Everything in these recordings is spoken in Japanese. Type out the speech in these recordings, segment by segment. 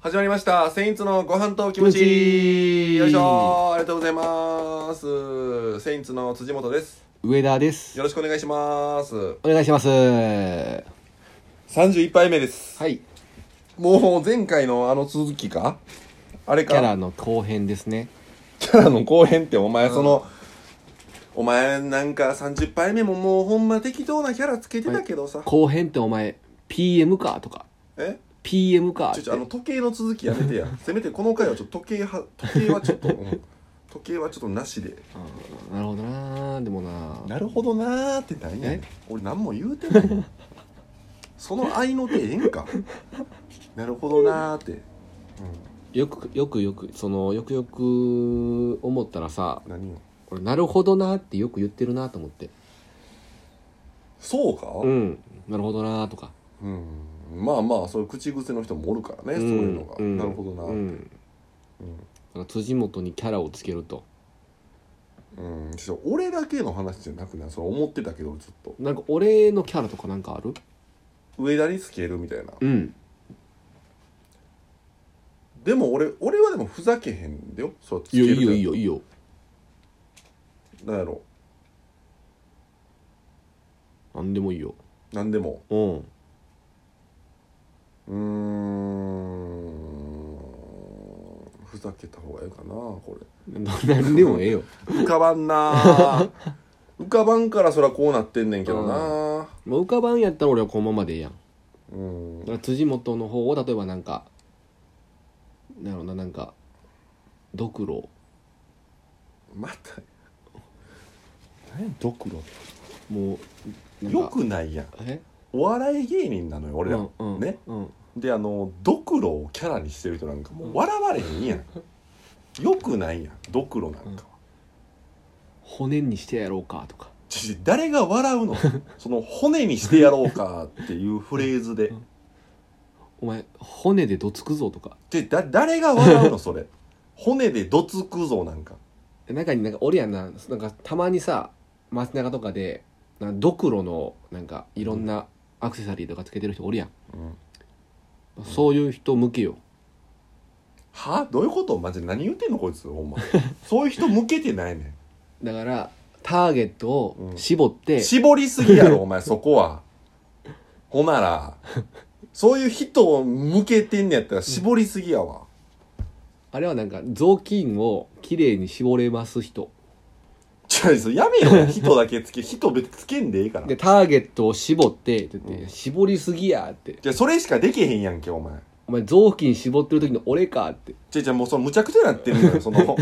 始まりました「セインツのご飯と気持ち」よいしょありがとうございますセインツの辻元です上田ですよろしくお願いしますお願いしますは31杯目です、いもう前回のあの続きかあれキャかラの後編ですねキャラの後編ってお前その、お前なんか30杯目ももうほんま適当なキャラつけてたけどさ、後編ってお前 PM かとかえ PM かっちょちてょあの時計の続きやめて やせめてこの回はちょっと時計は時計はちょっと、うん時計はちょっとなしでうんなるほどなでもななるほどなーって何やねんえ俺何も言うてない その愛の手ええんかなるほどなーってよくよくよくそのよくよく思ったらさ何よ俺なるほどなってよく言ってるなと思ってそうかうんなるほどなとかうん、まあまあそういう口癖の人もおるからね、そういうのが、んなるほどな、うんだから辻元にキャラをつけるとうんうん、ちょっと俺だけの話じゃなくないそれ思ってたけどちょっとなんか俺のキャラとかなんかある上田につけるみたいな、うんでも俺俺はでもふざけへんでよそうついけいよるいいよいいよいいよなんやろなんでもいいよなんでもうんうーんふざけた方がいいかなこれななんでもええよ浮かばんな ー浮かばんからそりゃこうなってんねんけどなーもう浮かばんやったら俺はこのままでええやんだうんから辻元の方を例えばなんかなんやろななんかドクロまた何やドクロもうなんかよくないやんえお笑い芸人なのよ俺ら、うんうんねうんであのドクロをキャラにしてる人なんかもう笑われへんやんよくないやんドクロなんかは、うん骨にしてやろうかとかちょちょ誰が笑 うのその骨にしてやろうかっていうフレーズでうんお前骨でどつくぞとかでだ誰が笑うのそれ骨でどつくぞなんか中になんかおるやんななんかたまにさ街中とかでなんかドクロのなんかいろんなアクセサリーとかつけてる人おるやん、うんそういう人向けよはどういうことマジで何言ってんのこいつほんまそういう人向けてないねだからターゲットを絞って、ん絞りすぎやろお前そこはほならそういう人を向けてんねやったら絞りすぎやわ、あれはなんか雑巾をきれいに絞れます人ちょいそれやめろよ人だけつけ人別につけんでいいからでターゲットを絞ってって言って、うん絞りすぎやってじゃあそれしかできへんやんけお前お前雑巾絞ってる時の俺かってじゃあじゃあもうそのむちゃくちゃになってるんだよその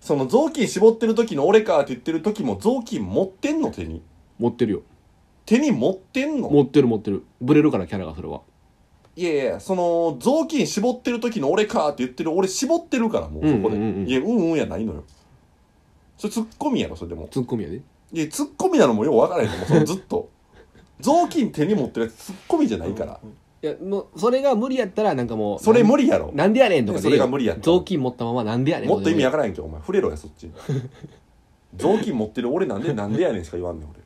その雑巾絞ってる時の俺かって言ってる時も雑巾持ってんの手に持ってるよ手に持ってんの持ってる持ってるブレるからキャラがそれはいやいや、その、雑巾絞ってる時の俺かって言ってる、俺絞ってるから、もうそこで。うんうんうんうんいや、うんうんやないのよ。それツッコミやろ、それでも。ツッコミやでいや、ツッコミなのもよう分からへんの、もうそのずっと。雑巾手に持ってるやつツッコミじゃないから。いやもうそれが無理やったらなんかもうそれなん無理やろ。なんでやねんとかでそいいよれが無理やった雑巾持ったままなんでやねんもっと意味わやからへんけど、お前。触れろや、そっち。雑巾持ってる俺なんで、なんでやねんしか言わんねん、俺。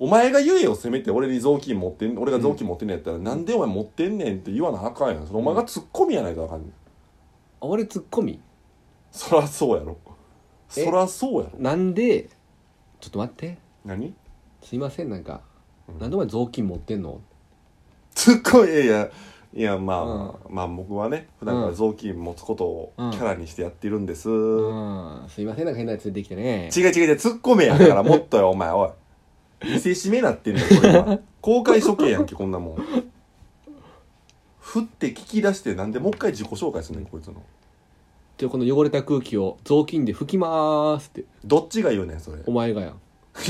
お前が言えよ、せめて俺に雑巾持ってん、俺が雑巾持ってんねんやったら、なんでお前持ってんねんって言わなあかんやん。それお前がツッコミやないとあかんねん。俺ツッコミそらそうやろえそらそうやろなんでちょっと待って何すいませんなんか、うんなんでお前雑巾持ってんの すっごいいやいやいやまあ、うんまあまあ僕はね普段から雑巾持つことをキうんャラにしてやってるんです、うんすいませんなんか変なやつ出てきてね違う違う違うツッコめやだ からもっとよお前おい見せしめなってんだよこれ は公開処刑やんけこんなもん振って聞き出してなんでもう一回自己紹介すんねんこいつのじゃあこの汚れた空気を雑巾で拭きまーすってどっちが言うねんそれお前がやん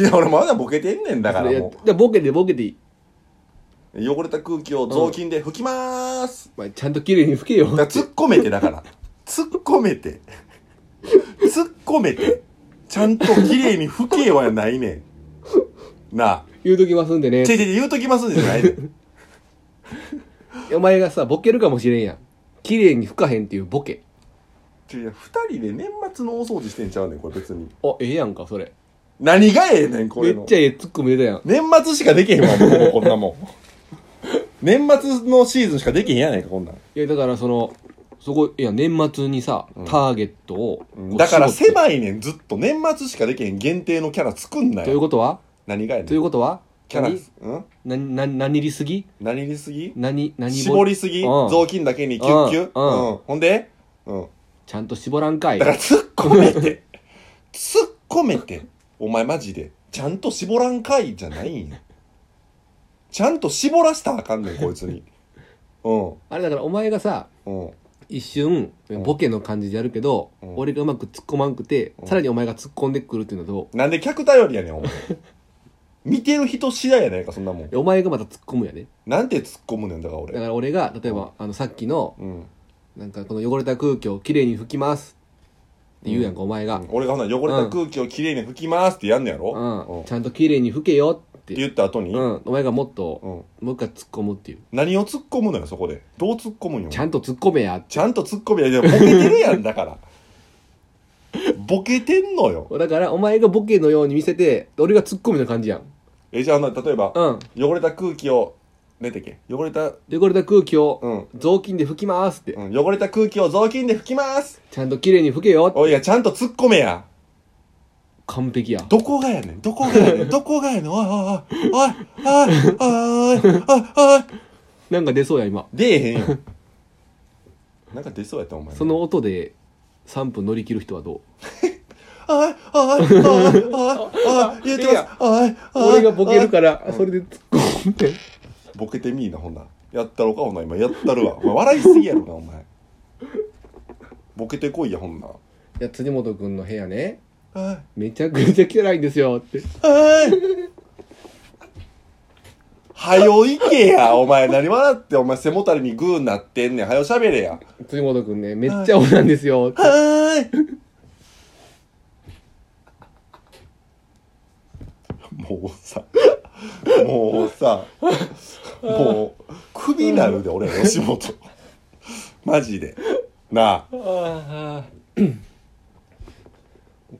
いや俺まだボケてんねんだからいやもじゃあボケてボケていい、う汚れた空気を雑巾で拭きまーす、まあ、ちゃんと綺麗に拭けよだから突っ込めてだから突っ込めて突っ込めてちゃんと綺麗に不景はないねんなあ言うときますんでねちょいちょい言うときますんじゃないでお前がさボケるかもしれんやん綺麗に拭かへんっていうボケちょいや2人で年末の大掃除してんちゃうねんこれ別にあええやんかそれ何がええねんこめれのっちゃええツッコミ出たやん年末しかできへんわもうこんなもん年末のシーズンしかできへんやないかこんなんいやだからそのそこいや年末にさ、うんターゲットをうんだから狭い狭いねんずっと年末しかできへん限定のキャラ作んなというよことは何がやねんということはキャラうん何何何りすぎ何にすぎ何何ぼ絞りすぎうん雑巾だけにキュッキュうんうんうんほんでうんちゃんと絞らんかいだから突っ込めて突っ込めてお前マジでちゃんと絞らんかいじゃないんやちゃんと絞らしたらあかんねんこいつ にうんあれだからお前がさうん一瞬うんボケの感じでやるけど、うん俺がうまく突っ込まんくて、うんさらにお前が突っ込んでくるっていうのとなんで客頼りやねんお前見てる人次第やないかそんなもんお前がまた突っ込むやねなんて突っ込むねんだからだか俺ら俺が例えば、あのさっきのうんなんかこの汚れた空気をきれいに拭きますって言うやんか、お前が、俺がほな汚れた空気をきれいに拭きますってやんねやろうんっちゃんときれいに拭けよっててう、言った後にん、お前がもっと、うんもう一回突っ込むっていう何を突っ込むのよそこでどう突っ込むんよちゃんと突っ込めやちゃんと突っ込みやいやボケてるやんだからボケてんのよだからお前がボケのように見せて俺が突っ込むような感じやんえじゃあな例えばうん汚れた空気を出てけ汚れた汚れた空気をうん、雑巾で拭きますって、うん、汚れた空気を雑巾で拭きますちゃんときれいに拭けよおいいやちゃんと突っ込めや完璧やどこがやねんどこがやねんどこがやねんおいおいおいおいおいおいおいおいおいなんか出そうや今出えへんよなんか出そうやったお前その音で3分乗り切る人はどうおいおいおいおいおい言ういてますやおいおい俺がボケおいるからそれで突っ込んでボケてみーなほんならやったろかほんなら今やったるわお前笑いすぎやろなお前ボケてこいやほんならいや辻元君の部屋ねおいめちゃくちゃ汚いんですよっておいはよ行けやお前何笑ってお前背もたれにグーなってんねんはよしゃべれや辻元君ねめっちゃ女なんですよってはーいもうさもうさもうクビなるで俺吉本マジでなあ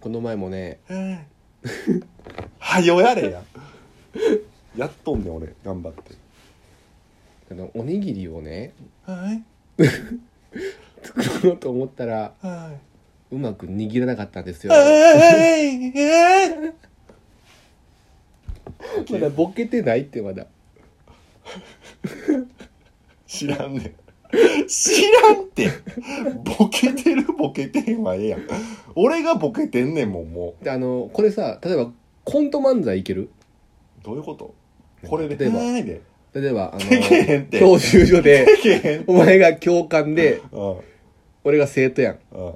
この前もねはよやれややっとんねん俺頑張ってあのおにぎりをねはい作ろうと思ったらはうまく握れなかったんですいよはいえまだボケてないってまだ知らんねん知らんってボケてるボケてへんはええやん俺がボケてんねんもんもであのこれさ例えばコント漫才いけるうどういうことこれで例えばはーいで例えばあのでけへんって教習所ででけへんってお前が教官でうん俺が生徒やんうん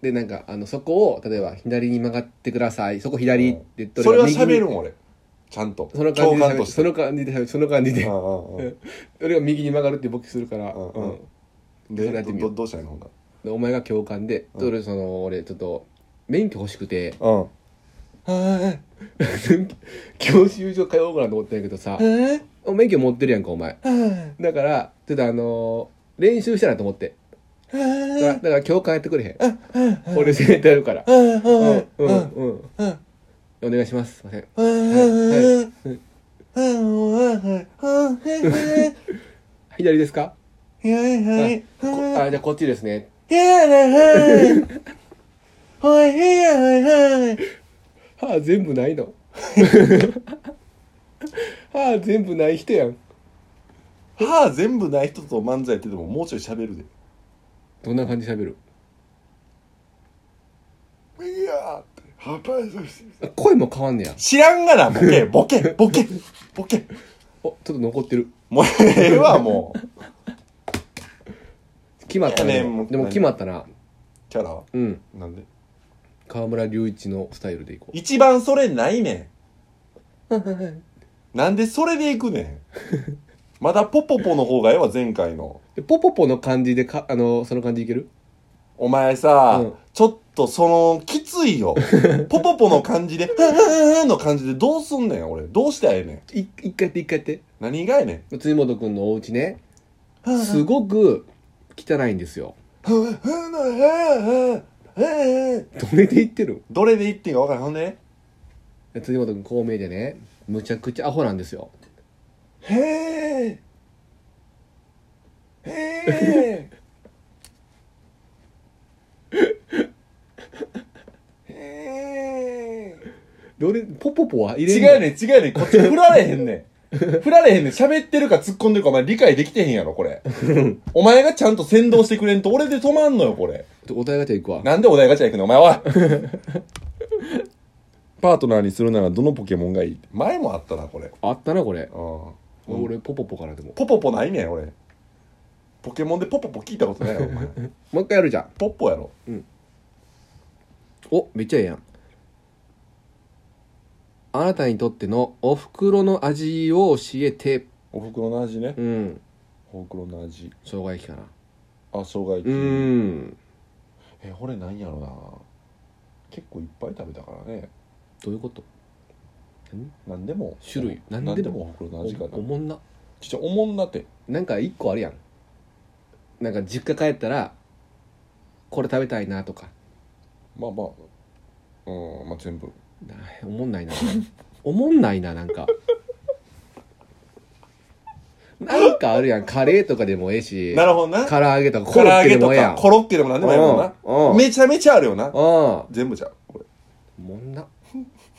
でなんかあのそこを例えば左に曲がってくださいそこ左って言ってそれは俺が右喋にるもん俺ちゃんとその感じで共感喋とるしてその感じで喋るその感じでうんうんうん俺が右に曲がるってボケするから、うんうんそれやでってどみようどどうしたらいいのほんなでお前が教官で、うん俺その俺ちょっと免許欲しくて らうんはい教習所通おうかなと思ったんやけどさえ免許持ってるやんかお前だからちょっとあのー練習したいなと思ってだからだから教官やってくれへん俺生徒やるからうんうんうんお願いしますすいません左ですかこあじゃあこっちですね歯全部ないの 歯全部ない人やん歯全部ない人と漫才やっててももうちょい喋るでどんな感じで喋る「いや」って歯パイソしてあ声も変わんねや知らんがなボケボケボケボケおちょっと残ってるもうええわもう決まったねいやねでももうでも決まったなキャラうんなんで河村隆一のスタイルでいこ一番それないねんう なんでそれで行くねんまだポポポの方がええわ前回のでポポポの感じでかあのその感じいけるお前さ、うんちょっとそのきついよポポポの感じで「ふんふんふん」の感じでどうすんねん俺どうしたらええねんい一回やって一回やって何がええね辻元君のお家ねんすごく汚いんですよふんふんのふんふんふんどれで言ってるどれで言っていいか分からんほんでで辻元君こう見えてねむちゃくちゃアホなんですよ「へえへえどれ、ポポポは入れ違んのうねん違うねんこっち振られへんね ん振られへんねん喋ってるか突っ込んでるかお前理解できてへんやろこ れお前がちゃんと先導してくれんと俺で止まんのよこれお題ガチャいくわ。なんでお題ガチャ行くのお前はパートナーにするならどのポケモンがいいって前もあったなこれあったな、これ。うん俺、ポポポかな、でも。ポポポないねん俺ポケモンでポポポ聞いたことないやろお 前もう一回やるじゃん。ポッポやろお、めっちゃええやん。あなたにとってのお袋の味を教えて。おふくろの味ねうん。おふくろの味生姜焼きかな。あ生姜焼きうん。え俺なんやろな結構いっぱい食べたからねどういうこと何でも種類何何でもでもおふくろの味かなおおもんな。ちょおもんなってなんか一個あるやん。なんか実家帰ったら、これ食べたいなとか。まあまあうんまあ全部なおもんないな おもんないななん かなんかあるやんカレーとかでもええしなるほどな唐揚げとか唐コロッ揚ケでげともええやかんコロッケでも何でもやるなうんうんめちゃめちゃあるよなうんお全部じゃうこれもんな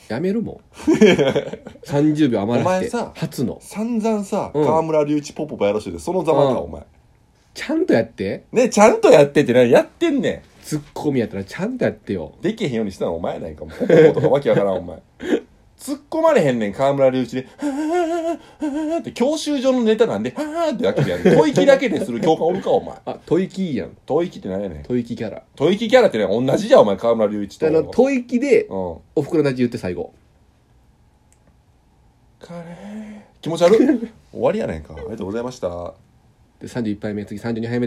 やめるもん 30秒余らせてお前さ初の散々さうん河村隆一ポッポポやらしててそのざまうんかお前ちゃんとやってねちゃんとやってってなやってんねツッコミやったらちゃんとやってよんできへんようにしたのお前やないかもうポッポポとかわけわからんお 前突っ込まれへんねん河村隆一で「はぁはぁはぁはぁって教習所のネタなんで「はぁはぁってだけでやる吐息だけでする教官おるかお前あ吐息いいやん吐息って何やねん吐息キャラ吐息キャラってね同じじゃんお前河村隆一とあの吐息でうんおふくろの味言って最後カレ ー気持ち悪い終わりやねんかありがとうございましたで31杯目次32杯目